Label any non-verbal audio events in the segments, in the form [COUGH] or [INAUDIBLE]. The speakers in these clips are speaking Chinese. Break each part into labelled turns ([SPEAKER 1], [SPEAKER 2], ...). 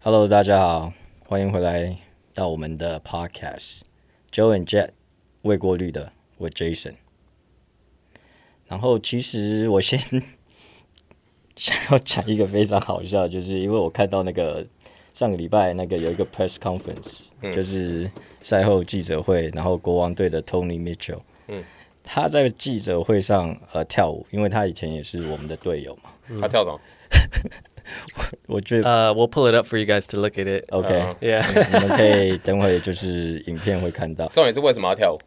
[SPEAKER 1] Hello，大家好，欢迎回来到我们的 Podcast Joe and Jet 未过滤的，我 Jason。然后其实我先 [LAUGHS] 想要讲一个非常好笑的，就是因为我看到那个上个礼拜那个有一个 press conference，、就是
[SPEAKER 2] 嗯
[SPEAKER 1] 赛后记者会，然后国王队的 Tony Mitchell，
[SPEAKER 2] 嗯
[SPEAKER 1] 他在记者会上呃跳舞，因为他以前也是我们的队友嘛，
[SPEAKER 2] 他跳蚤。
[SPEAKER 1] 我觉得、
[SPEAKER 3] Uh, we'll pull it up for you guys to look at it.
[SPEAKER 1] OK，、
[SPEAKER 2] 嗯
[SPEAKER 3] Yeah， [LAUGHS]
[SPEAKER 1] 你们可以等会就是影片会看
[SPEAKER 2] [LAUGHS]
[SPEAKER 1] 到。
[SPEAKER 2] 重点是为什么要跳舞？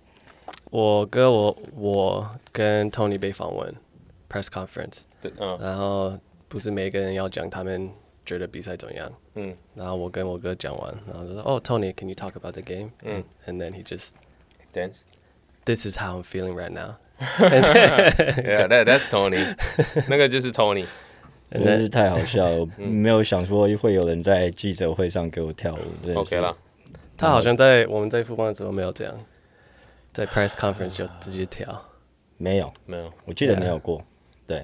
[SPEAKER 3] 我跟我我跟 Tony 被访问 press conference，
[SPEAKER 2] 对，
[SPEAKER 1] 呃
[SPEAKER 2] 嗯
[SPEAKER 3] 然后不是每个人要讲他们觉得比赛怎样，
[SPEAKER 2] 嗯，
[SPEAKER 3] 然后我跟我哥讲完，然后就说哦、Tony，can "Oh, you talk about the game？
[SPEAKER 2] 嗯
[SPEAKER 3] and then he just
[SPEAKER 1] [LAUGHS]
[SPEAKER 2] dance。
[SPEAKER 3] this is how I'm feeling right now。
[SPEAKER 2] Yeah, that
[SPEAKER 1] [LAUGHS]
[SPEAKER 2] that's Tony。那个就是 Tony。
[SPEAKER 1] 真的是太好笑了，我
[SPEAKER 2] 嗯
[SPEAKER 1] 没有想说会有人在记者会上给我跳舞，真的是
[SPEAKER 2] OK 啦，
[SPEAKER 3] 他好像在我们在复棒的时候没有这样，在 press conference 就直接 [LAUGHS] 跳。
[SPEAKER 1] 没有，
[SPEAKER 2] 没有，
[SPEAKER 1] 我记得没有过。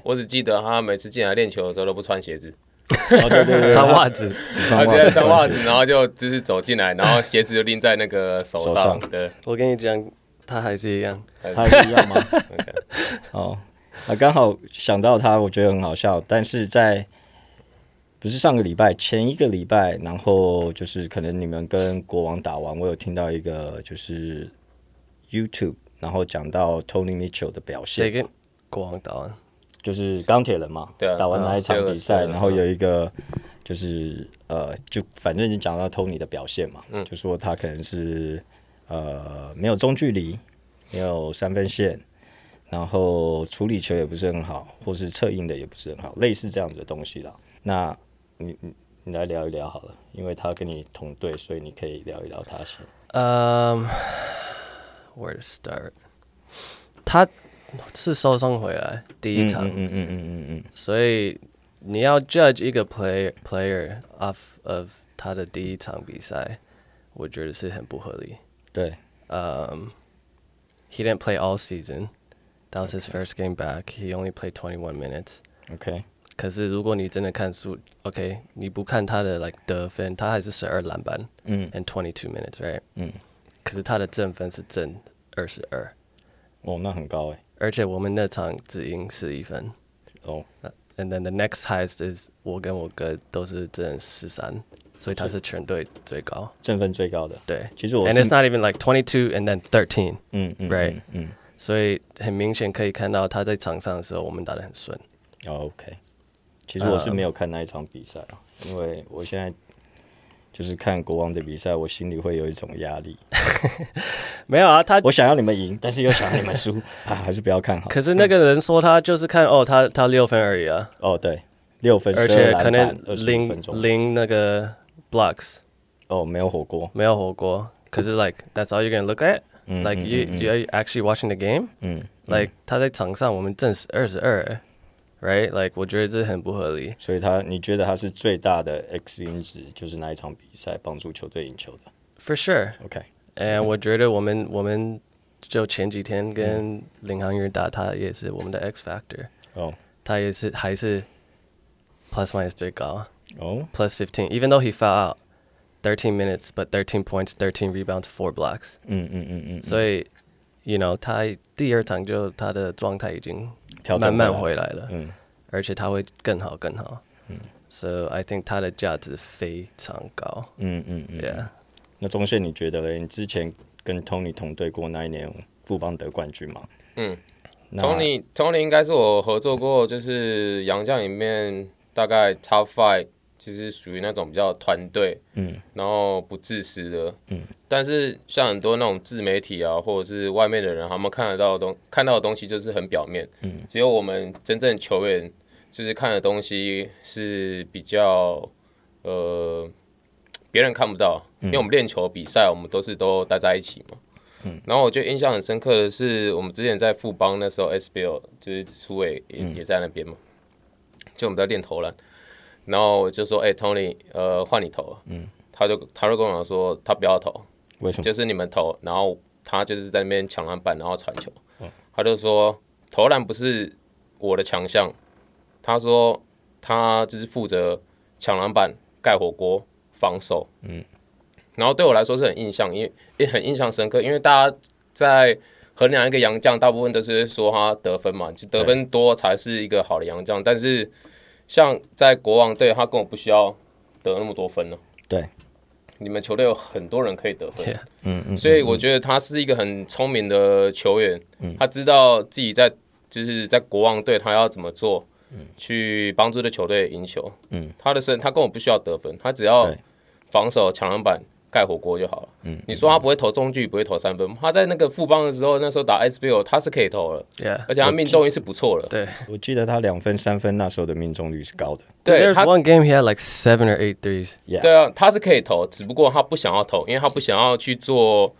[SPEAKER 2] 我只记得他每次进来练球的时候都不穿鞋子，
[SPEAKER 1] 哦，对对对，
[SPEAKER 3] 穿袜子，
[SPEAKER 1] 只
[SPEAKER 2] 他
[SPEAKER 1] 穿
[SPEAKER 2] 直
[SPEAKER 1] 袜
[SPEAKER 2] 接
[SPEAKER 1] 子，
[SPEAKER 2] 啊穿袜子，然后就只是走进来，然后鞋子就拎在那个手
[SPEAKER 1] 手
[SPEAKER 2] 上
[SPEAKER 1] 上。
[SPEAKER 2] 对，
[SPEAKER 3] 我跟你讲，他还是一样。
[SPEAKER 1] 他是一样
[SPEAKER 2] [LAUGHS]
[SPEAKER 1] 吗？哦，啊，刚好想到他，我觉得很好笑，但是在不是上个礼拜，前一个礼拜，然后就是可能你们跟国王打完，我有听到一个就是 YouTube，然后讲到 Tony Mitchell 的表现
[SPEAKER 3] 谁，跟国王打完？
[SPEAKER 1] 就是钢铁人嘛，
[SPEAKER 2] 对啊
[SPEAKER 1] 打完那一场比赛，
[SPEAKER 2] 嗯
[SPEAKER 1] 然后有一个就是呃，就反正就讲到 Tony 的表现嘛，
[SPEAKER 3] 嗯
[SPEAKER 1] 就说他可能是呃没有中距离，没有三分线，然后处理球也不是很好，或是策应的也不是很好，类似这样子的东西啦。那你你你来聊一聊好了，因为他跟你同队，所以你可以聊一聊他先。
[SPEAKER 3] Um, [SIGHS] where to start？他是受伤回来第一
[SPEAKER 1] 嗯
[SPEAKER 3] 场，
[SPEAKER 1] 嗯嗯嗯嗯嗯
[SPEAKER 3] 所以你要 judge 一个 player player off of 他的第一场比赛，我觉得是很不合理。
[SPEAKER 1] 嗯，对
[SPEAKER 3] He didn't play all season. That was his first game back. He only played 21 minutes.
[SPEAKER 1] ，OK，
[SPEAKER 3] 可是如果你真的看数，OK，你不看他的 like 得分，他还是十二篮板
[SPEAKER 1] 嗯
[SPEAKER 3] ，and twenty two minutes，right？
[SPEAKER 1] 嗯，
[SPEAKER 3] 可是他的正分是正二十二。
[SPEAKER 1] 哦，那很高哎、
[SPEAKER 3] 而且我们那场只赢十一分。
[SPEAKER 1] 哦，
[SPEAKER 3] And then the next highest is 我跟我哥都是正十三，所以他是全队最高。
[SPEAKER 1] 正分最高的，
[SPEAKER 3] 对，
[SPEAKER 1] 其实我
[SPEAKER 3] And
[SPEAKER 1] 是
[SPEAKER 3] it's not even like twenty two and then thirteen，
[SPEAKER 1] 嗯嗯
[SPEAKER 3] Right
[SPEAKER 1] 嗯
[SPEAKER 3] 所以很明显可以看到他在场上的时候我们打得很顺。
[SPEAKER 1] 嗯哦，OK。其实我是没有看那一场比赛啊，因为我现在就是看国王的比赛，我心里会有一种压力。
[SPEAKER 3] 没有啊，他
[SPEAKER 1] 我想要你们赢，但是又想要你们输 [LAUGHS] 啊，还是不要看好。
[SPEAKER 3] 可是那个人说他就是看哦，他他六分而已啊，
[SPEAKER 1] 哦，对，六分，
[SPEAKER 3] 而
[SPEAKER 1] 12
[SPEAKER 3] 且可
[SPEAKER 1] 篮
[SPEAKER 3] 能
[SPEAKER 1] 板，二十五
[SPEAKER 3] 零
[SPEAKER 1] 分钟。
[SPEAKER 3] 零那个 blocks
[SPEAKER 1] 哦，没有火锅。
[SPEAKER 3] 没有火锅。可是 like that's all you're gonna look at。Like you, you are you actually watching the game?
[SPEAKER 1] 嗯，
[SPEAKER 3] Like 他在场上我们正是二十二，right? Like 我觉得这很不合理。
[SPEAKER 1] 所以他，你觉得他是最大的 X 因子，就是那一场比赛帮助球队赢球的。
[SPEAKER 3] For sure，
[SPEAKER 1] OK，
[SPEAKER 3] 嗯，我觉得我们我们就前几天跟领航员打，他也是我们的 X factor，
[SPEAKER 1] 哦
[SPEAKER 3] 他也是还是 plus minus 最高
[SPEAKER 1] 哦，
[SPEAKER 3] ，plus fifteen，even though he fouled out thirteen minutes，but thirteen points，thirteen rebounds，four blocks，
[SPEAKER 1] 嗯嗯嗯嗯，
[SPEAKER 3] 所以 you know 他第二场就他的状态已经
[SPEAKER 1] 调整
[SPEAKER 3] 慢慢
[SPEAKER 1] 回
[SPEAKER 3] 回来了，
[SPEAKER 1] 嗯，
[SPEAKER 3] 而且他会更好更好。So I think 他的价值非常高。
[SPEAKER 1] 嗯嗯嗯
[SPEAKER 3] Yeah，
[SPEAKER 1] 那中线你觉得嘞？你之前跟 Tony 同队过那一年，富邦得冠军嘛？
[SPEAKER 2] 嗯
[SPEAKER 1] 那
[SPEAKER 2] Tony Tony 应该是我合作过，就是洋将里面大概 Top Five，就是属于那种比较团队，
[SPEAKER 1] 嗯，
[SPEAKER 2] 然后不自私的，嗯。但是像很多那种自媒体啊，或者是外面的人，他们看得到的东看到的东西就是很表面，嗯。只有我们真正球员，就是看的东西是比较呃别人看不到，因为我们练球比赛，我们都是都待在一起嘛。嗯然后我就印象很深刻的是，我们之前在富邦那时候，SBL 就是苏伟也、也在那边嘛，就我们在练投篮，然后我就说：“哎、t o n y 呃，换你投。”嗯，他就他就跟我讲说，他不要投，
[SPEAKER 1] 为什么？
[SPEAKER 2] 就是你们投，然后他就是在那边抢篮板，然后传球。
[SPEAKER 1] 嗯
[SPEAKER 2] 他就说投篮不是我的强项，他说他就是负责抢篮板、盖火锅、防守，嗯，然后对我来说是很印象，因为也很印象深刻，因为大家在衡量一个洋将，大部分都是说他得分嘛，就得分多才是一个好的洋将，但是像在国王队，他根本不需要得那么多分呢、
[SPEAKER 1] 对，
[SPEAKER 2] 你们球队有很多人可以得分
[SPEAKER 3] Yeah [LAUGHS]
[SPEAKER 1] 嗯嗯，
[SPEAKER 2] 所以我觉得他是一个很聪明的球员，
[SPEAKER 1] 嗯
[SPEAKER 2] 他知道自己在就是在国王队他要怎么做，去帮助这球队赢球。
[SPEAKER 1] 嗯
[SPEAKER 2] 他的身他根本不需要得分，他只要
[SPEAKER 1] 对嗯
[SPEAKER 2] 防守抢篮板。盖火锅就好了。你说他不会投中距，不会投三分吗，他在那个富邦的时候，那时候打 SBL 他是可以投了，
[SPEAKER 3] Yeah.
[SPEAKER 2] 而且他命中率是不错的。
[SPEAKER 3] 对。
[SPEAKER 1] 我记得他两分三分那时候的命中率是高的，
[SPEAKER 2] 对
[SPEAKER 3] There's
[SPEAKER 2] 他，
[SPEAKER 3] one game he had like seven or eight threes.
[SPEAKER 2] 对啊，他是可以投，只不过他不想要投，因为他不想要去做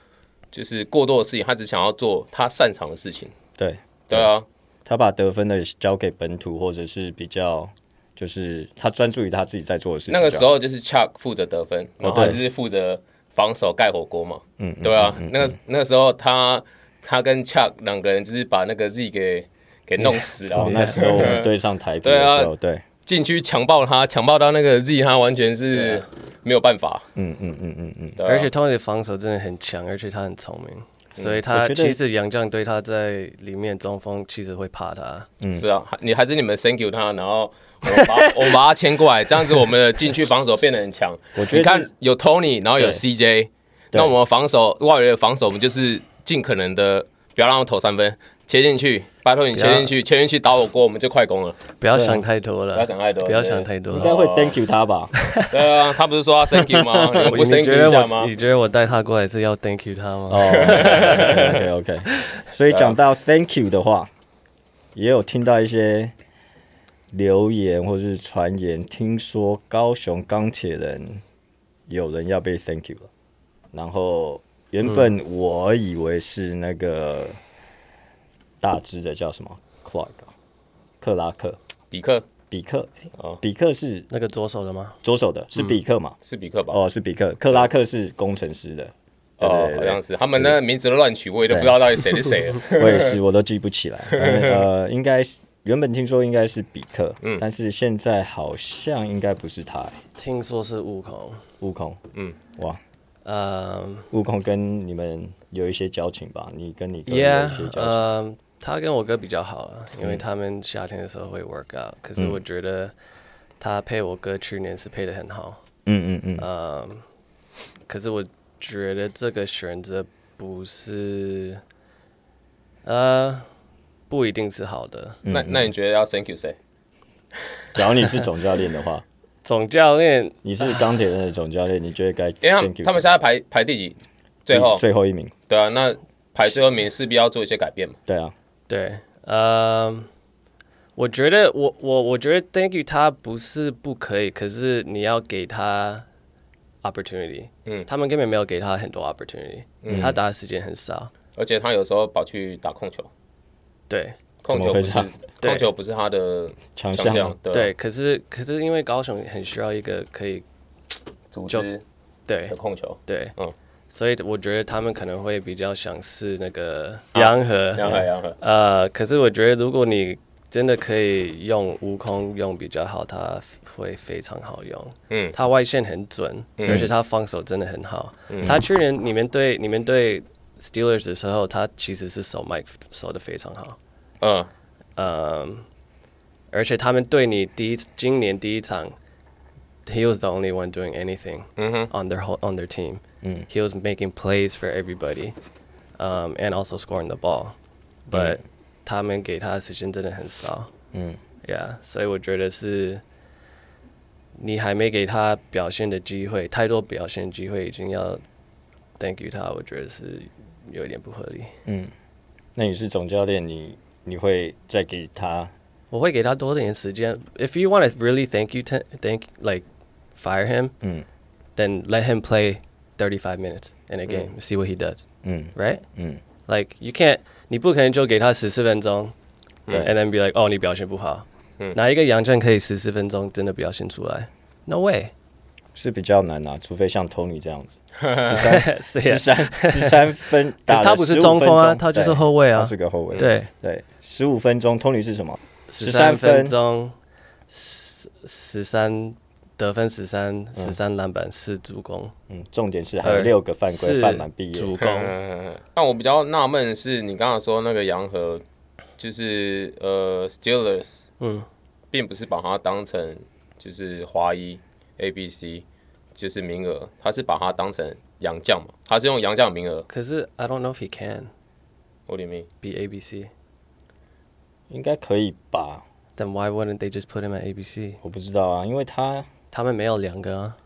[SPEAKER 2] 就是过多的事情，他只想要做他擅长的事情。
[SPEAKER 1] 对
[SPEAKER 2] 对啊，
[SPEAKER 1] 他把得分的交给本土或者是比较，就是他专注于他自己在做的事情就
[SPEAKER 2] 那
[SPEAKER 1] 好。
[SPEAKER 2] 个时候就是 Chuck 负责得分，然后
[SPEAKER 1] 对
[SPEAKER 2] 就是负责防守盖火锅嘛。嗯，对啊，那个那个时候他他跟 Chuck 两个人就是把那个 Z 给给弄死了
[SPEAKER 1] 哦，。那时候我
[SPEAKER 2] [LAUGHS]
[SPEAKER 1] 们对上台北
[SPEAKER 2] 对啊
[SPEAKER 1] 的时候，对，
[SPEAKER 2] 禁区强暴他，强暴到那个 Z 他完全是没有办法。
[SPEAKER 1] 嗯嗯嗯嗯嗯，
[SPEAKER 2] 对啊
[SPEAKER 3] 而且 Tony 的防守真的很强，而且他很聪明，所以他
[SPEAKER 1] 我觉得
[SPEAKER 3] 其实杨将对他在里面中锋其实会怕他。
[SPEAKER 2] 是啊，还你还是你们 Thank you 他，然后我们把我们把他牵过来，这样子我们的禁区防守变得很强。
[SPEAKER 1] 我觉得
[SPEAKER 2] 你看有 Tony，然后有
[SPEAKER 1] 对
[SPEAKER 2] CJ，那我们防守外围的防守，我们就是尽可能的不要让他投三分，切进去，拜托你
[SPEAKER 3] 不
[SPEAKER 2] 切
[SPEAKER 3] 要
[SPEAKER 2] 进去，切进去打火锅，我们就快攻了。
[SPEAKER 3] 不要想太多了，
[SPEAKER 2] 不要想太多
[SPEAKER 3] 不要
[SPEAKER 2] 对
[SPEAKER 3] 想太多
[SPEAKER 1] 应该
[SPEAKER 3] 了。
[SPEAKER 1] 会 thank you 他吧？
[SPEAKER 2] 对啊，他不是说要 Thank you 吗？你们不
[SPEAKER 3] 你
[SPEAKER 2] Thank
[SPEAKER 3] 觉
[SPEAKER 2] you 一
[SPEAKER 3] 得
[SPEAKER 2] 下吗
[SPEAKER 3] 我？你觉得我带他过来是要 thank you 他吗？
[SPEAKER 1] 哦，OK OK，所以讲到 thank you 的话，也有听到一些留言或者是传言，听说高雄钢铁人有人要被 thank you 了，然后原本我以为是那个大只的叫什么 Clark 啊克拉克
[SPEAKER 2] 比克
[SPEAKER 1] 比克，诶
[SPEAKER 2] 哦
[SPEAKER 1] 比克是
[SPEAKER 3] 那个左手的吗？
[SPEAKER 1] 左手的，是比克嘛？
[SPEAKER 2] 是比克吧？
[SPEAKER 1] 哦，是比克，克拉克是工程师的。对
[SPEAKER 2] 哦
[SPEAKER 1] 对，对
[SPEAKER 2] 好
[SPEAKER 1] 对
[SPEAKER 2] 像是他们那个名字都乱取，我也都不知道到底谁是谁了。
[SPEAKER 1] [LAUGHS] 我也
[SPEAKER 2] [LAUGHS]
[SPEAKER 1] 是，我都记不起来。反正呃，应该是原本听说应该是比克，
[SPEAKER 2] 嗯
[SPEAKER 1] 但是现在好像应该不是他、欸
[SPEAKER 3] 听说是悟空。
[SPEAKER 1] 悟空，
[SPEAKER 2] 嗯，
[SPEAKER 1] 哇，
[SPEAKER 3] 嗯
[SPEAKER 1] 悟空跟你们有一些交情吧？你跟你哥有
[SPEAKER 3] ，Yeah，
[SPEAKER 1] 一些交情
[SPEAKER 2] 呃
[SPEAKER 3] 嗯，他跟我哥比较好啊，因为他们夏天的时候会 work out，可是我觉得他配我哥去年是配的很好。
[SPEAKER 1] 嗯嗯嗯，
[SPEAKER 2] 呃
[SPEAKER 3] 可是我觉得这个选择不是，呃，不一定是好的。
[SPEAKER 2] 那那你觉得要 Thank you 谁？
[SPEAKER 1] 假如你是总教练的话， [LAUGHS]
[SPEAKER 3] 总教练
[SPEAKER 1] 你是钢铁人的总教练，你觉得该
[SPEAKER 2] [LAUGHS] 因为他
[SPEAKER 1] thank you
[SPEAKER 2] 他们现
[SPEAKER 1] 谁
[SPEAKER 2] 在排排第几？最后
[SPEAKER 1] 最后一名，
[SPEAKER 2] 对啊，那排最后一名势必要做一些改变嘛。
[SPEAKER 1] 对啊，
[SPEAKER 3] 对，呃，我觉得我我我觉得 Thank you 他不是不可以，可是你要给他 opportunity。
[SPEAKER 2] 嗯
[SPEAKER 3] 他们根本没有给他很多 opportunity，、他打的时间很少。
[SPEAKER 2] 而且他有时候跑去打控球，
[SPEAKER 3] 对
[SPEAKER 2] 控球不是
[SPEAKER 1] 怎么会
[SPEAKER 3] [LAUGHS] 对
[SPEAKER 2] 控球不是他的
[SPEAKER 1] 强
[SPEAKER 2] 强
[SPEAKER 1] 项
[SPEAKER 2] 项
[SPEAKER 1] 啊，，
[SPEAKER 3] 对，可是可是因为高雄很需要一个可以
[SPEAKER 2] 组织
[SPEAKER 3] 对
[SPEAKER 2] 的控球，
[SPEAKER 3] 对，
[SPEAKER 2] 嗯
[SPEAKER 3] 所以我觉得他们可能会比较想试那个洋河，
[SPEAKER 2] 杨海杨海，
[SPEAKER 3] 呃，可是我觉得如果你真的可以用悟空用比较好，它会非常好用。
[SPEAKER 2] 嗯
[SPEAKER 3] 它外线很准，而且它防守真的很好。他去年你们对你们对 Steelers 的时候，他其实是守麦守的非常好。
[SPEAKER 2] 嗯，
[SPEAKER 3] 而且他们对你第一今年第一场，he was the only one doing anything
[SPEAKER 2] 嗯
[SPEAKER 3] on their whole on their team.
[SPEAKER 1] Mm. 嗯
[SPEAKER 3] He was making plays for everybody, um, and also scoring the ball. But 他们给他的时间真的很少。
[SPEAKER 1] 嗯
[SPEAKER 3] ，Yeah，所以我觉得是。你还没给他表现的机会，太多表现机会已经要 thank you 他，我觉得是有一点不合理。
[SPEAKER 1] 那你是总教练，你你会再给他
[SPEAKER 3] 我会给他多点时间。If you want to really thank you, t- thank like fire him,
[SPEAKER 1] 嗯
[SPEAKER 3] then let him play 35 minutes in
[SPEAKER 1] Mm.
[SPEAKER 3] a game, see what he does,
[SPEAKER 1] 嗯
[SPEAKER 3] right?
[SPEAKER 1] 嗯
[SPEAKER 3] Like you can't, 你不可能就给他十四分钟
[SPEAKER 1] 对
[SPEAKER 3] ，and then be like, "Oh, 哦，你表现不好。
[SPEAKER 1] Mm.
[SPEAKER 3] 哪一个洋将可以十四分钟真的表现出来？No way， [LAUGHS]
[SPEAKER 1] 是比较难啊，除非像 Tony 这
[SPEAKER 2] [LAUGHS]
[SPEAKER 1] 样子，十三
[SPEAKER 3] [LAUGHS] 是
[SPEAKER 1] 十
[SPEAKER 3] 呀
[SPEAKER 1] 三十三分，打了
[SPEAKER 3] 他啊不是
[SPEAKER 1] 15
[SPEAKER 3] 中锋啊
[SPEAKER 1] 分钟
[SPEAKER 3] 他就是
[SPEAKER 1] 对
[SPEAKER 3] 后卫啊
[SPEAKER 1] 他是个后卫。
[SPEAKER 3] 对，
[SPEAKER 1] 对，十五分钟，Tony 是什么？
[SPEAKER 3] 十
[SPEAKER 1] 13
[SPEAKER 3] 三
[SPEAKER 1] 分
[SPEAKER 3] 分钟，十十三得分十三、十三篮板、四助攻，
[SPEAKER 1] 嗯，重点是还有六个犯规
[SPEAKER 3] 呃是
[SPEAKER 1] 犯满毕业，
[SPEAKER 3] 主
[SPEAKER 2] 嗯
[SPEAKER 3] 攻，
[SPEAKER 2] 但我比较纳闷的是，你刚刚说那个洋河，就是呃，Steelers，
[SPEAKER 3] 嗯，
[SPEAKER 2] 并不是把它当成就是华裔 A B C，就是名额，他是把它当成洋将嘛，他是用洋将名额。
[SPEAKER 3] 可是 I don't know if he can
[SPEAKER 2] What do you mean？
[SPEAKER 3] be ABC.
[SPEAKER 1] 应该可以吧？
[SPEAKER 3] Then why wouldn't they just put him at ABC?
[SPEAKER 1] 我不知道啊，因为他
[SPEAKER 3] 他们没有两个、啊，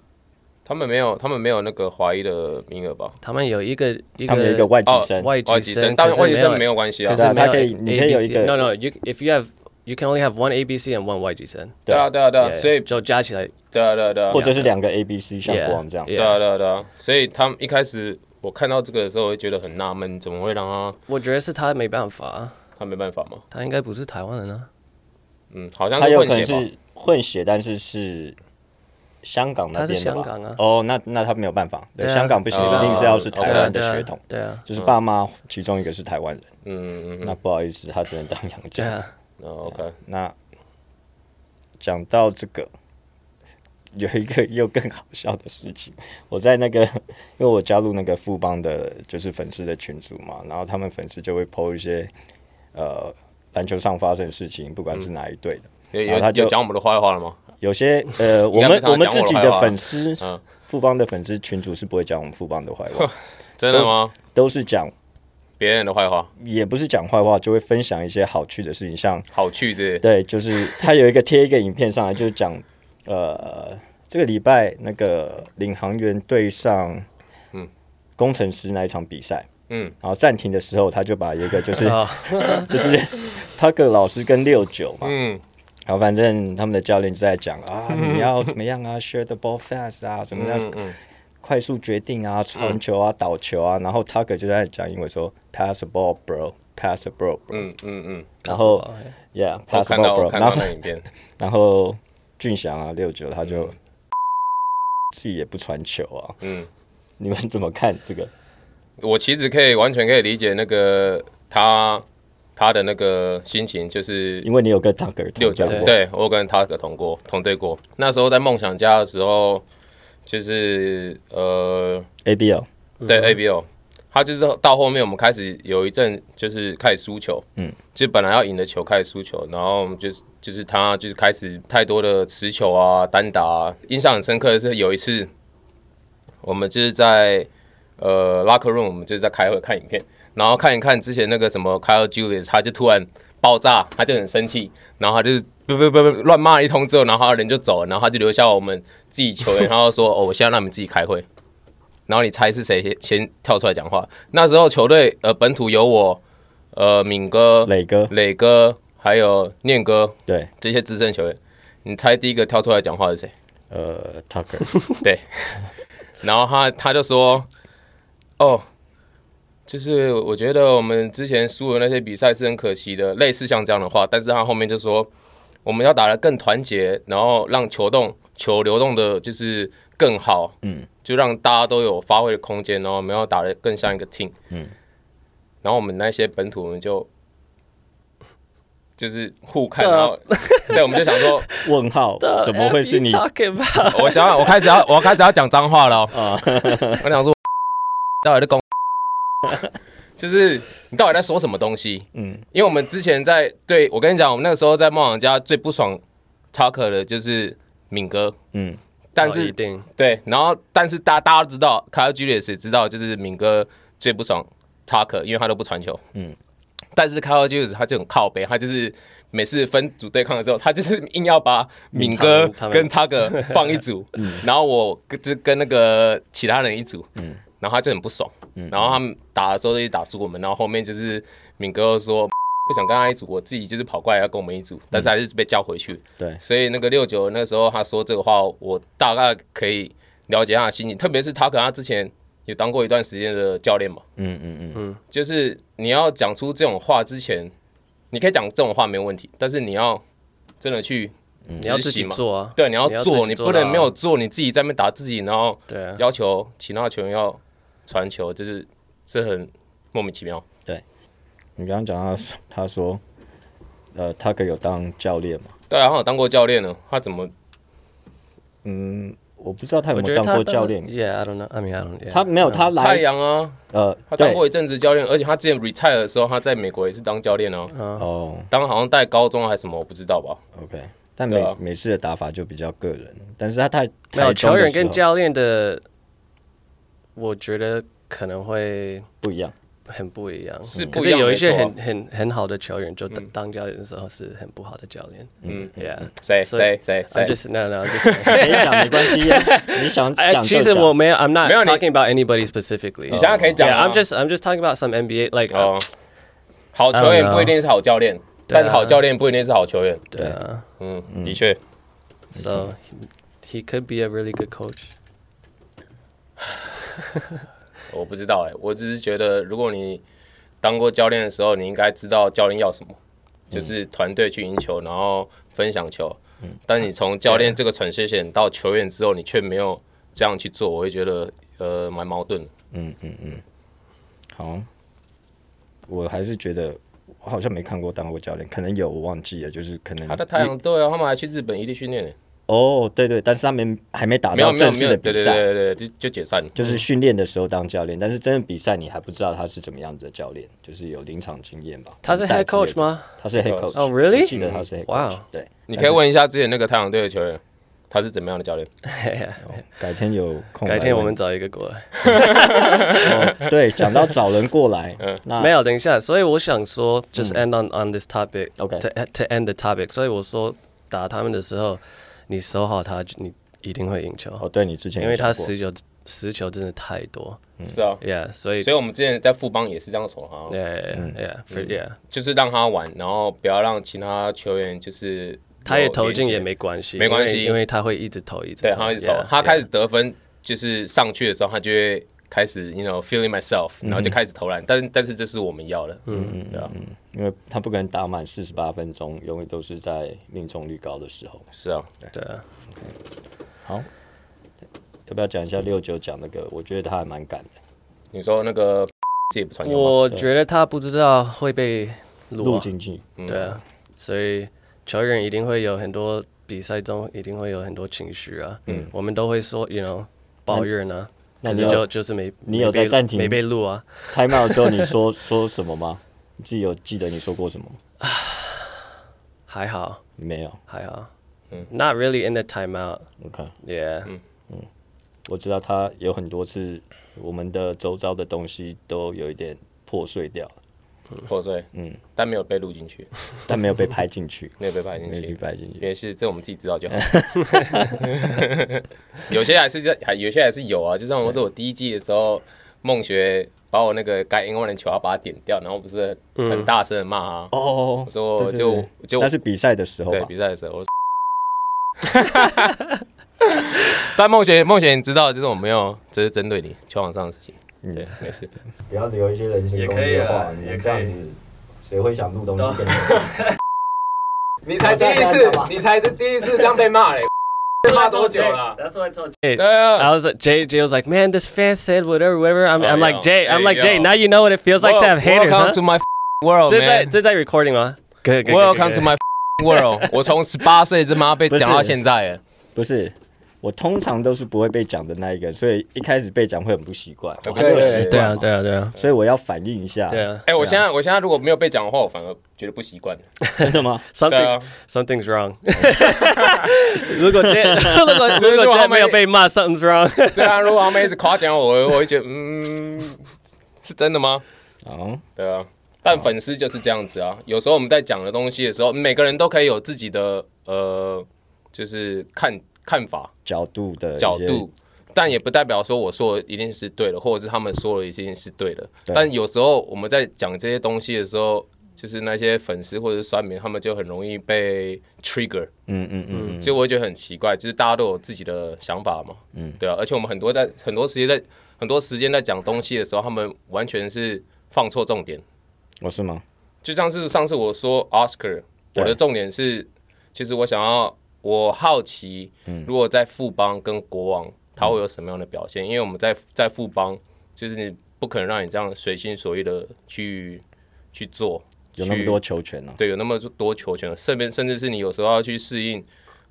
[SPEAKER 2] 他们没有，他们没有那个华裔的名额吧？
[SPEAKER 3] 他们有一个一
[SPEAKER 1] 他们有一
[SPEAKER 3] 个
[SPEAKER 1] 个外籍
[SPEAKER 2] 哦
[SPEAKER 1] 生，
[SPEAKER 3] 外
[SPEAKER 2] 外
[SPEAKER 3] 籍
[SPEAKER 2] 籍生，
[SPEAKER 3] 生，
[SPEAKER 2] 但
[SPEAKER 3] 可是
[SPEAKER 2] 外籍生没
[SPEAKER 3] 没
[SPEAKER 2] 有关系啊
[SPEAKER 3] 可。
[SPEAKER 1] 对啊
[SPEAKER 3] 是没有
[SPEAKER 1] 他可以你可以有一
[SPEAKER 3] ABC
[SPEAKER 1] 个
[SPEAKER 3] No no, you if you have you can only have one ABC and one 外籍生。
[SPEAKER 2] 对啊，对啊，对啊，所以
[SPEAKER 3] 就加起来
[SPEAKER 2] 对啊，对啊，对啊，
[SPEAKER 1] 或者是两个 A、B、C 像
[SPEAKER 3] Yeah，
[SPEAKER 1] 国王这样
[SPEAKER 3] yeah
[SPEAKER 2] 对啊，对啊，对啊，所以他们一开始我看到这个的时候，我会觉得很纳闷，怎么会让他
[SPEAKER 3] 我觉得是他没办法，啊
[SPEAKER 2] 他没办法嘛？
[SPEAKER 3] 他应该不是台湾人啊。
[SPEAKER 2] 嗯，好像
[SPEAKER 1] 他
[SPEAKER 2] 是
[SPEAKER 1] 有
[SPEAKER 2] 混
[SPEAKER 1] 可能
[SPEAKER 2] 血吧？
[SPEAKER 1] 是混血，但是是香港那
[SPEAKER 3] 他是
[SPEAKER 1] 边的吧？
[SPEAKER 3] 香港啊
[SPEAKER 1] 哦，那那他没有办法，对，
[SPEAKER 3] 对啊
[SPEAKER 1] 香港不行，
[SPEAKER 2] 哦
[SPEAKER 1] 一定是要是
[SPEAKER 2] 台
[SPEAKER 1] 台湾的
[SPEAKER 3] 对啊
[SPEAKER 1] 血统，
[SPEAKER 3] 对
[SPEAKER 1] [LAUGHS]
[SPEAKER 3] 啊，
[SPEAKER 1] 就是爸妈其中一个是台湾人，
[SPEAKER 2] 嗯嗯嗯
[SPEAKER 1] 那不好意思，他只能当洋
[SPEAKER 3] 对
[SPEAKER 1] 将。
[SPEAKER 3] 啊，
[SPEAKER 2] 嗯哦，OK，
[SPEAKER 1] 那讲到这个，有一个 [LAUGHS] 又更好笑的事情，我在那个，因为我加入那个富邦的，就是粉丝的群组嘛，然后他们粉丝就会 PO 一些呃篮球上发生的事情，不管是
[SPEAKER 2] 嗯
[SPEAKER 1] 哪一队的。
[SPEAKER 2] 有
[SPEAKER 1] 然后他
[SPEAKER 2] 有
[SPEAKER 1] 就
[SPEAKER 2] 有讲我们的坏话了吗？
[SPEAKER 1] 有些呃，我
[SPEAKER 2] 该
[SPEAKER 1] 们
[SPEAKER 2] 没
[SPEAKER 1] 我们自
[SPEAKER 2] 讲我
[SPEAKER 1] 己
[SPEAKER 2] 的坏
[SPEAKER 1] 的
[SPEAKER 2] 话
[SPEAKER 1] 粉丝
[SPEAKER 2] 嗯，
[SPEAKER 1] 富邦的粉丝群主是不会讲我们富邦的坏
[SPEAKER 2] [LAUGHS]
[SPEAKER 1] 话，
[SPEAKER 2] 真的吗？
[SPEAKER 1] 都是讲，
[SPEAKER 2] 别人的坏话，
[SPEAKER 1] 也不是讲坏话，就会分享一些好趣的事情，像
[SPEAKER 2] 好趣之类的。
[SPEAKER 1] 对，就是他有一个贴一个影片上来，就是讲呃，这个礼拜那个领航员对上
[SPEAKER 2] 嗯
[SPEAKER 1] 工程师那一场比赛，
[SPEAKER 2] 嗯，
[SPEAKER 1] 然后暂停的时候，他就把一个就是
[SPEAKER 3] 啊
[SPEAKER 1] 就是 Tucker 老师跟六九嘛，
[SPEAKER 2] 嗯，
[SPEAKER 1] 然后反正他们的教练就在讲啊，你
[SPEAKER 2] [LAUGHS]
[SPEAKER 1] 要怎么样啊，share the ball fast 啊，
[SPEAKER 2] 嗯
[SPEAKER 1] 什么样、快速决定啊，传球啊，倒球啊，然后 Tucker 就在讲英文说 pass the ball bro。Pass the ball, bro.
[SPEAKER 2] 嗯嗯嗯，
[SPEAKER 1] 然后
[SPEAKER 3] Pass the ball，
[SPEAKER 1] ，Yeah,
[SPEAKER 2] 我
[SPEAKER 1] pass the
[SPEAKER 2] 看到
[SPEAKER 1] ball, bro.
[SPEAKER 2] 我看
[SPEAKER 1] 然
[SPEAKER 2] 到
[SPEAKER 1] 后，
[SPEAKER 2] 那影片，
[SPEAKER 1] 然后俊祥啊，六九他就自己也不传球啊。 [LAUGHS]
[SPEAKER 2] 嗯，
[SPEAKER 1] 你们怎么看这个？
[SPEAKER 2] 我其实可以完全可以理解那个他他的那个心情，就是
[SPEAKER 1] 因为你有跟 Tucker
[SPEAKER 2] 六
[SPEAKER 1] 同
[SPEAKER 2] 九
[SPEAKER 1] 队
[SPEAKER 2] 对
[SPEAKER 1] 过，
[SPEAKER 2] 我有跟他哥同过同队过。那时候在梦想家的时候，就是呃，
[SPEAKER 1] ，ABL
[SPEAKER 2] 对 ABO，他就是到后面我们开始有一阵就是开始输球，
[SPEAKER 1] 嗯，
[SPEAKER 2] 就本来要赢的球开始输球，然后我们就是就是他就是开始太多的持球啊、单打啊。印象很深刻的是有一次，我们就是在呃 locker room，我们就是在开会看影片，然后看一看之前那个什么 Kyle Julius，他就突然爆炸，他就很生气，然后他就。不不不不，乱骂一通之后，然后他人就走了，然后他就留下我们自己球员，然后说：“哦， [LAUGHS] 我现在让你们自己开会。”然后你猜是谁先先跳出来讲话？那时候球队呃本土有我，呃敏哥、
[SPEAKER 1] 磊哥，
[SPEAKER 2] 磊哥，还有念哥
[SPEAKER 1] 对，
[SPEAKER 2] 这些资深球员，你猜第一个跳出来讲话是谁？
[SPEAKER 1] 呃，Tucker，
[SPEAKER 2] 对，然后他他就说，哦，就是我觉得我们之前输的那些比赛是很可惜的，类似像这样的话，但是他后面就说我们要打得更团结，然后让球动球流动的就是更好，
[SPEAKER 1] 嗯，
[SPEAKER 2] 就让大家都有发挥的空间，然后我们要打得更像一个 team，
[SPEAKER 1] 嗯，
[SPEAKER 2] 然后我们那些本土我们就。 [LAUGHS] 就是互看，
[SPEAKER 3] The-
[SPEAKER 2] 然后 [LAUGHS] 对，我们就想说，
[SPEAKER 1] 问号，怎么会是你
[SPEAKER 3] What are you talking
[SPEAKER 2] [LAUGHS]
[SPEAKER 3] about？
[SPEAKER 2] 我想要，我开始要，我开始要讲脏话
[SPEAKER 3] [LAUGHS]
[SPEAKER 2] 了哦、
[SPEAKER 1] 啊？
[SPEAKER 2] [LAUGHS] 我想说，到底在公， [LAUGHS] 就是你到底在说什么东西？
[SPEAKER 1] 嗯，
[SPEAKER 2] 因为我们之前在对我跟你讲，我们那个时候在梦想家最不爽 Tucker 的就是敏哥，
[SPEAKER 1] 嗯，
[SPEAKER 2] 但
[SPEAKER 3] 哦
[SPEAKER 2] 是、
[SPEAKER 3] 一定
[SPEAKER 2] 对，然后但是大家大家都知道，卡尔 Julius 也知道，就是敏哥最不爽 Tucker，因为他都不传球。
[SPEAKER 1] 嗯
[SPEAKER 2] 嗯，但是卡尔 Julius 他就很靠背，他就是每次分组对抗的时候，他就是硬要把敏哥
[SPEAKER 3] 嗯他们嗯
[SPEAKER 2] 跟 Tucker
[SPEAKER 3] [LAUGHS]
[SPEAKER 2] 放一组，然后我跟就跟那个其他人一组。嗯，然后他就很不爽，
[SPEAKER 3] 嗯
[SPEAKER 2] 然后他们打的时候就一直打输我们，然后后面就是敏哥又说。 [LAUGHS] 不想跟他一组，我自己就是跑过来要跟我们一组，但是还是被叫回去。
[SPEAKER 1] 对，
[SPEAKER 2] 所以那个六九那时候他说这个话，我大概可以了解他的心情，特别是他可能他之前也当过一段时间的教练嘛，
[SPEAKER 1] 嗯嗯嗯，
[SPEAKER 2] 就是你要讲出这种话之前，你可以讲这种话没有问题，但是你要真的去
[SPEAKER 3] 你要自己做啊，
[SPEAKER 2] 对，你要
[SPEAKER 3] 你要自己
[SPEAKER 2] 做，
[SPEAKER 3] 做
[SPEAKER 2] 你不能
[SPEAKER 3] 到啊
[SPEAKER 2] 没有做，你自己在那边打自己，然后
[SPEAKER 3] 对啊，
[SPEAKER 2] 要求其他球员要传球，就是这很莫名其妙。
[SPEAKER 1] 你刚刚讲到他说，呃，Tucker 有当教练嘛？
[SPEAKER 2] 对啊，他有当过教练呢，他怎么
[SPEAKER 1] 嗯，我不知道他有
[SPEAKER 3] 我
[SPEAKER 1] 没
[SPEAKER 3] 觉
[SPEAKER 1] 有当
[SPEAKER 3] 得他
[SPEAKER 1] 过教练。
[SPEAKER 3] Yeah, I don't know. I mean, I don't. Yeah,
[SPEAKER 1] 他没有，他来
[SPEAKER 2] 太阳啊，
[SPEAKER 1] 呃，
[SPEAKER 2] 他当
[SPEAKER 1] 对
[SPEAKER 2] 过一阵子教练，而且他之前 retire 的时候，他在美国也是当教练哦、
[SPEAKER 1] 哦
[SPEAKER 2] 当好像带高中还是什么，我不知道吧。
[SPEAKER 1] ，OK，但
[SPEAKER 2] 对
[SPEAKER 1] 每
[SPEAKER 2] 啊
[SPEAKER 1] 每次的打法就比较个人，但是他太
[SPEAKER 3] 没有
[SPEAKER 1] 台中
[SPEAKER 3] 球
[SPEAKER 1] 的
[SPEAKER 3] 员
[SPEAKER 1] 时
[SPEAKER 3] 跟
[SPEAKER 1] 候
[SPEAKER 3] 教练的，我觉得可能会
[SPEAKER 1] 不一样，
[SPEAKER 3] 很不一样。
[SPEAKER 2] 是不
[SPEAKER 3] 可
[SPEAKER 2] 一
[SPEAKER 3] 是
[SPEAKER 2] 样
[SPEAKER 3] 有一
[SPEAKER 2] 没
[SPEAKER 3] 些
[SPEAKER 2] 错啊
[SPEAKER 3] 很很很好的球员，就当当教练的时候是很不好的教练。
[SPEAKER 2] 嗯，
[SPEAKER 3] Yeah,
[SPEAKER 2] 谁
[SPEAKER 3] 所
[SPEAKER 2] 谁
[SPEAKER 3] 以啊
[SPEAKER 2] 谁谁
[SPEAKER 3] I just no no. I'm
[SPEAKER 1] [LAUGHS]
[SPEAKER 3] just
[SPEAKER 1] 可以讲没关系啊，你想
[SPEAKER 3] 哎，
[SPEAKER 1] 讲
[SPEAKER 3] 其
[SPEAKER 1] 就
[SPEAKER 3] 实我
[SPEAKER 1] 讲。
[SPEAKER 3] 没有，I'm not
[SPEAKER 2] 没有你
[SPEAKER 3] talking about anybody specifically.
[SPEAKER 2] 你现在可以讲
[SPEAKER 3] Yeah,
[SPEAKER 2] 啊
[SPEAKER 3] I'm just I'm just talking about some NBA like
[SPEAKER 2] 哦，好球员不一定是好教练，
[SPEAKER 3] 对啊
[SPEAKER 2] 但好教练不一定是好球员。
[SPEAKER 1] 对
[SPEAKER 3] 对啊。
[SPEAKER 2] 嗯，的确，
[SPEAKER 3] So he, he could be a really good coach.
[SPEAKER 2] 我不知道哎、我只是觉得，如果你当过教练的时候，你应该知道教练要什么，就是团队去赢球，然后分享球。但你从教练这个传接线到球员之后，你却没有这样去做，我会觉得呃蛮矛盾的。
[SPEAKER 1] 好，我还是觉得我好像没看过当过教练，可能有我忘记了，就是可能
[SPEAKER 2] 他的太阳队啊，他们还去日本异地训练呢，
[SPEAKER 1] 哦，对对，但是他们还没打
[SPEAKER 2] 没有
[SPEAKER 1] 到
[SPEAKER 2] 没有
[SPEAKER 1] 啊正
[SPEAKER 2] 没
[SPEAKER 1] 式
[SPEAKER 2] 有，
[SPEAKER 1] 的
[SPEAKER 2] 对
[SPEAKER 1] 比
[SPEAKER 2] 对
[SPEAKER 1] 赛，
[SPEAKER 2] 对对，对就就解散了。
[SPEAKER 1] 就是训练的时候当教练，但是真的比赛你还不知道他是怎么样子的教练，就是有临场经验吧。
[SPEAKER 3] 他是
[SPEAKER 1] 带
[SPEAKER 3] head
[SPEAKER 1] 之类
[SPEAKER 3] coach
[SPEAKER 1] 的？
[SPEAKER 3] 吗？
[SPEAKER 1] 他是 head
[SPEAKER 2] coach
[SPEAKER 1] coach。
[SPEAKER 3] Oh, really？
[SPEAKER 1] 我记得他是 head coach
[SPEAKER 3] Wow。
[SPEAKER 1] 对，
[SPEAKER 2] 你可以问一下之前那个太阳队的球员，他是怎么样的教练？
[SPEAKER 1] 改天有空来问。
[SPEAKER 3] 改天我们找一个过来。
[SPEAKER 1] 哦对讲到找人过来，那
[SPEAKER 3] 没有，等一下。所以我想说 just end on on this topic.
[SPEAKER 1] 嗯 OK。
[SPEAKER 3] To to end the topic. 所以我说打他们的时候，你守好他，你一定会赢球。
[SPEAKER 1] 哦，对你之前有讲过嗯
[SPEAKER 3] 因为他持球-持球真的太多。
[SPEAKER 2] 是啊，
[SPEAKER 3] Yeah, 所以-
[SPEAKER 2] 所以我们之前在富邦也是这样守他，
[SPEAKER 3] Yeah, yeah,
[SPEAKER 1] 嗯
[SPEAKER 3] yeah, yeah, for- yeah.
[SPEAKER 2] 就是让他玩，然后不要让其他球员就是
[SPEAKER 3] 他也
[SPEAKER 2] 有
[SPEAKER 3] 投进
[SPEAKER 2] 连接
[SPEAKER 3] 也没关系，
[SPEAKER 2] 没关系
[SPEAKER 3] 因为因为他会一直投，一直
[SPEAKER 2] 对，他会一直投
[SPEAKER 3] yeah，
[SPEAKER 2] 他
[SPEAKER 3] yeah
[SPEAKER 2] 开始得分就是上去的时候，他就会开始，you know feeling myself，然后就开始投篮。但但是这是我们要的，嗯，对啊，
[SPEAKER 1] 因为他不可能打满四十八分钟，永远都是在命中率高的时候。
[SPEAKER 2] 是啊，
[SPEAKER 3] 对啊，
[SPEAKER 1] 好，要不要讲一下六九讲那个？我觉得他还蛮敢的，
[SPEAKER 2] 你说那个 [LAUGHS] 这也不传球吗？
[SPEAKER 3] 我觉得他不知道会被录
[SPEAKER 1] 录
[SPEAKER 3] 啊，
[SPEAKER 1] 进去。
[SPEAKER 3] 对啊，所以球员一定会有很多比赛中一定会有很多情绪啊，嗯，我们都会说，you know，抱怨啊，
[SPEAKER 1] 那
[SPEAKER 3] 可
[SPEAKER 1] 你
[SPEAKER 3] 是
[SPEAKER 1] 有
[SPEAKER 3] 就就是没
[SPEAKER 1] 你有
[SPEAKER 3] 没被
[SPEAKER 1] 在暂停
[SPEAKER 3] 没被录啊，
[SPEAKER 1] 开麦的时候你说 [LAUGHS] 说什么吗？你自己有记得你说过什么吗？
[SPEAKER 3] 还好
[SPEAKER 1] 没有。
[SPEAKER 3] 还好，嗯，not really in the timeout，yeah，
[SPEAKER 1] 我看，我知道他有很多次，我们的周遭的东西都有一点破碎掉了，
[SPEAKER 2] 破碎，嗯，但没有被录进去，，
[SPEAKER 1] 但没有被拍进去
[SPEAKER 2] 没有被拍进
[SPEAKER 1] [LAUGHS] 没有被
[SPEAKER 2] 去。
[SPEAKER 1] 拍进去。
[SPEAKER 2] 也是，这我们自己知道就好。 [LAUGHS] 有些还是在，还有些还是有啊。就像我说，我第一季的时候，梦学把我那个该赢万的球要把它点掉，然后不是很大声的骂他，
[SPEAKER 1] 哦，
[SPEAKER 2] 说
[SPEAKER 1] 对对
[SPEAKER 2] 就
[SPEAKER 1] 对
[SPEAKER 2] 就
[SPEAKER 1] 那是比赛的时候
[SPEAKER 2] 对
[SPEAKER 1] 吧
[SPEAKER 2] 比？赛的时候， [LAUGHS] 我但梦雪，梦雪，你知道，就是我没有，这是针对你球场上的事情。
[SPEAKER 1] 嗯
[SPEAKER 2] 对，没事。
[SPEAKER 1] 不要留一些人身
[SPEAKER 3] 攻击的话也可以啊你们也可以这样子，
[SPEAKER 1] 谁会想录东西跟你？
[SPEAKER 2] 你
[SPEAKER 1] 才第一次
[SPEAKER 2] 你才是第一次这样被骂嘞，被骂多久了？
[SPEAKER 3] That's what I told.
[SPEAKER 2] 对啊，
[SPEAKER 3] I was like, Jay, Jay was like, man, this fan said whatever, whatever. I'm,
[SPEAKER 2] Oh,
[SPEAKER 3] I'm like,
[SPEAKER 2] yeah.
[SPEAKER 3] Jay, I'm
[SPEAKER 2] Hey,
[SPEAKER 3] like, Jay,
[SPEAKER 2] yo.
[SPEAKER 3] now you know what it feels like to have haters,
[SPEAKER 2] Welcome
[SPEAKER 3] huh?
[SPEAKER 2] to my world,
[SPEAKER 3] 这在
[SPEAKER 2] man.
[SPEAKER 3] 这在 recording 吗？good, good, good,
[SPEAKER 2] Welcome
[SPEAKER 3] good,
[SPEAKER 2] to my
[SPEAKER 3] good.
[SPEAKER 2] [LAUGHS] world。我从十八岁这妈被讲到现在耶，
[SPEAKER 1] [LAUGHS] 不是，我通常都是不会被讲的那一个，所以一开始被讲会很不习惯，我还是有习
[SPEAKER 3] 对
[SPEAKER 1] 惯
[SPEAKER 3] 啊，
[SPEAKER 1] 嘛
[SPEAKER 3] 对啊，对啊，
[SPEAKER 1] 所以我要反应一下。
[SPEAKER 3] 对，啊。
[SPEAKER 2] 哎，我现在我现在如果没有被讲的话，我反而觉得不习惯。
[SPEAKER 1] [LAUGHS] 真的吗？
[SPEAKER 2] 对
[SPEAKER 3] something
[SPEAKER 2] 啊
[SPEAKER 3] something's wrong 如 [LAUGHS] 果 J 如果如果
[SPEAKER 2] 如果
[SPEAKER 3] J
[SPEAKER 2] 他们
[SPEAKER 3] 没有被骂，something's wrong。
[SPEAKER 2] 对啊，如果他们一直夸奖我， [LAUGHS] 我我会觉得，嗯，是真的吗？
[SPEAKER 1] 哦，
[SPEAKER 2] 对啊，但粉丝就是这样子啊。有时候我们在讲的东西的时候，每个人都可以有自己的呃，就是看看法
[SPEAKER 1] 角度的一些
[SPEAKER 2] 角度，但也不代表说我说的一定是对的，或者是他们说的一定是对的。
[SPEAKER 1] 对
[SPEAKER 2] 但有时候我们在讲这些东西的时候，就是那些粉丝或者是酸民，他们就很容易被 trigger。
[SPEAKER 1] 嗯嗯嗯，
[SPEAKER 2] 嗯，所以我会觉得很奇怪，就是大家都有自己的想法嘛，嗯，对啊，而且我们很多在很多时间在很多时间在讲东西的时候，他们完全是放错重点，
[SPEAKER 1] 我哦是吗？
[SPEAKER 2] 就像是上次我说 Oscar，
[SPEAKER 1] 对
[SPEAKER 2] 我的重点是，其实我想要，我好奇，
[SPEAKER 1] 嗯
[SPEAKER 2] 如果在富邦跟国王，他会有什么样的表现？因为我们在在富邦，就是你不可能让你这样随心所欲的去去做，
[SPEAKER 1] 有那么
[SPEAKER 2] 去
[SPEAKER 1] 多球权呢、哦
[SPEAKER 2] 对，有那么多球权，甚至甚至是你有时候要去适应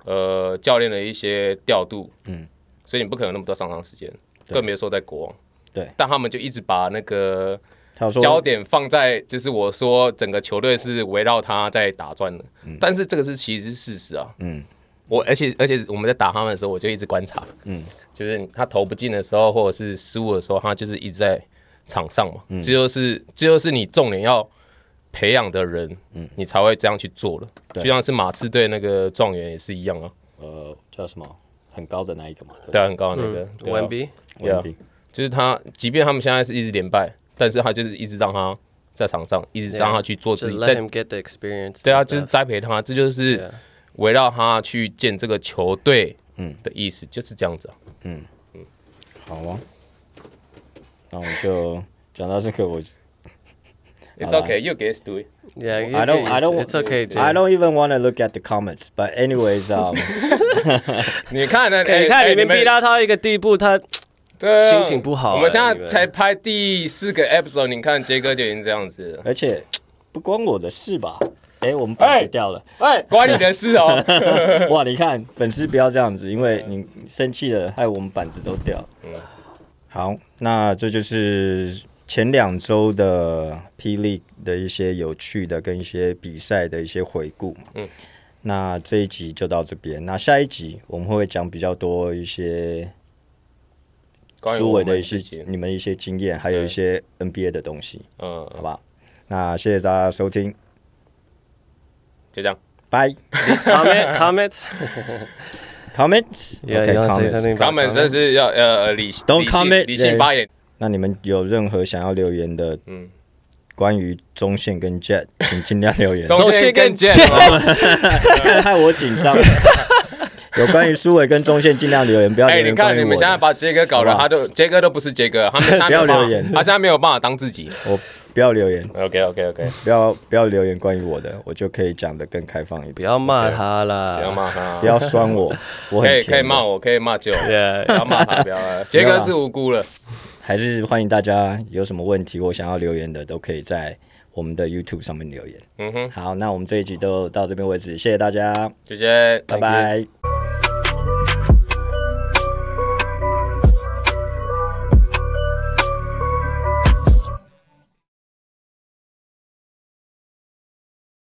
[SPEAKER 2] 呃教练的一些调度，嗯，所以你不可能那么多上场时间，更别说在国王。
[SPEAKER 1] 对
[SPEAKER 2] 但他们就一直把那个
[SPEAKER 1] 他有说
[SPEAKER 2] 焦点放在，就是我说整个球队是围绕他在打转的，但是这个是其实是事实啊。
[SPEAKER 1] 嗯
[SPEAKER 2] 嗯，我而且而且我们在打他们的时候，我就一直观察，嗯，就是他投不进的时候，或者是失误的时候，他就是一直在场上嘛。这就是这就是你重点要培养的人，你才会这样去做了。就像是马刺队那个状元也是一样啊，
[SPEAKER 1] 呃叫什么很高的那一个嘛，
[SPEAKER 2] 对啊，很高的那个对啊
[SPEAKER 3] One B
[SPEAKER 1] 对吧，文斌
[SPEAKER 2] 就是他，即便他们现在是一直连败，但是他就是一直让他在场上，一直让他去做自
[SPEAKER 3] just
[SPEAKER 2] 己
[SPEAKER 3] let
[SPEAKER 2] 在
[SPEAKER 3] him get the experience.
[SPEAKER 2] 对啊，啊
[SPEAKER 3] and
[SPEAKER 2] 就是
[SPEAKER 3] stuff.
[SPEAKER 2] 栽培他，这就是围绕他去建这个球队，的意思、就是这样子、啊。
[SPEAKER 1] 好啊，那我们就讲到这个我
[SPEAKER 2] It's okay, you guys do it.
[SPEAKER 3] yeah. you
[SPEAKER 1] I don't
[SPEAKER 3] can-
[SPEAKER 1] I don't
[SPEAKER 3] It's okay,
[SPEAKER 1] I
[SPEAKER 3] [LAUGHS] Jay.
[SPEAKER 1] don't even want to look at the comments, but anyways um
[SPEAKER 2] 你看 [LAUGHS] 呢？
[SPEAKER 3] 你看，
[SPEAKER 2] 哎
[SPEAKER 3] 你们逼到他一个地
[SPEAKER 1] [LAUGHS]
[SPEAKER 3] 步，他
[SPEAKER 2] 对啊
[SPEAKER 3] 心情不好
[SPEAKER 2] 我们
[SPEAKER 3] 哎
[SPEAKER 2] 现
[SPEAKER 3] 你
[SPEAKER 2] 在
[SPEAKER 3] 们
[SPEAKER 2] 才拍第四个 episode，你看杰哥就已经这样子了。
[SPEAKER 1] 而且不关我的事吧？哎、我们保持掉了。
[SPEAKER 2] [LAUGHS] 哎，关你的事哦。
[SPEAKER 1] 哇，你看粉丝不要这样子，因为你生气了，害我们板子都掉。好，那这就是前两周的霹雳的一些有趣的跟一些比赛的一些回顾嘛。嗯，那这一集就到这边。那下一集我们会讲比较多一些
[SPEAKER 2] [LAUGHS] 关于
[SPEAKER 1] 苏
[SPEAKER 2] 我
[SPEAKER 1] 伟
[SPEAKER 2] 们
[SPEAKER 1] 的一
[SPEAKER 2] 事
[SPEAKER 1] 些
[SPEAKER 2] 情，
[SPEAKER 1] 你们一些经验，还有一
[SPEAKER 2] 对
[SPEAKER 1] 些 NBA 的东西，
[SPEAKER 2] 嗯，
[SPEAKER 1] 好吧？那谢谢大家收听，
[SPEAKER 2] 就这样。
[SPEAKER 1] 拜。
[SPEAKER 3] comment comments.
[SPEAKER 1] Comments?
[SPEAKER 3] Yeah,
[SPEAKER 1] okay,
[SPEAKER 3] you want to
[SPEAKER 1] comments.
[SPEAKER 3] say something?
[SPEAKER 2] 他
[SPEAKER 3] about
[SPEAKER 2] 们
[SPEAKER 3] comments?
[SPEAKER 2] 真是要呃理
[SPEAKER 1] Don't
[SPEAKER 2] 理性
[SPEAKER 1] comment，
[SPEAKER 2] 理性发言。
[SPEAKER 1] 那你们有任何想要留言的，
[SPEAKER 2] 嗯
[SPEAKER 1] 关于中线跟 Jet，请 [LAUGHS] 尽量留言。
[SPEAKER 2] 中
[SPEAKER 3] 线
[SPEAKER 2] 线
[SPEAKER 3] 跟
[SPEAKER 2] 跟
[SPEAKER 3] Jet
[SPEAKER 2] 健哦
[SPEAKER 1] [LAUGHS] 看害我紧张。 [LAUGHS] 有关于苏伟跟中线，尽量留言，不要留
[SPEAKER 2] [LAUGHS] 哎，
[SPEAKER 1] 言
[SPEAKER 2] 你
[SPEAKER 1] 关
[SPEAKER 2] 看
[SPEAKER 1] 于
[SPEAKER 2] 你
[SPEAKER 1] 我
[SPEAKER 2] 们现在
[SPEAKER 1] 的。
[SPEAKER 2] 把杰哥搞
[SPEAKER 1] 好不
[SPEAKER 2] 得
[SPEAKER 1] 好
[SPEAKER 2] 他都杰哥都不是杰哥，他们现在
[SPEAKER 1] 不要
[SPEAKER 2] 没有办法
[SPEAKER 1] 留 [LAUGHS] 言
[SPEAKER 2] 他现在没有办法当自己。
[SPEAKER 1] 我不要留言，
[SPEAKER 2] OK OK OK，
[SPEAKER 1] 不要不要留言关于我的，我就可以讲的更开放一
[SPEAKER 3] 不
[SPEAKER 1] 点。
[SPEAKER 3] 要骂
[SPEAKER 2] Okay.
[SPEAKER 3] 他
[SPEAKER 2] 不要
[SPEAKER 3] 啦。
[SPEAKER 2] 骂他
[SPEAKER 1] 不，要酸
[SPEAKER 2] [LAUGHS]
[SPEAKER 1] 我，我
[SPEAKER 2] 可
[SPEAKER 1] 很
[SPEAKER 2] 以可以
[SPEAKER 1] 甜的
[SPEAKER 2] 骂我，可以骂舅，
[SPEAKER 1] [LAUGHS]
[SPEAKER 2] 不
[SPEAKER 3] Yeah.
[SPEAKER 2] 要骂他，不要骂他。杰哥是无辜了，
[SPEAKER 1] 还是欢迎大家有什么问题或想要留言的，都可以在我们的 YouTube 上面留言。
[SPEAKER 2] 嗯哼，
[SPEAKER 1] 好，那我们这一集都到这边为止，谢谢大家，
[SPEAKER 2] 姐姐，
[SPEAKER 1] 拜拜。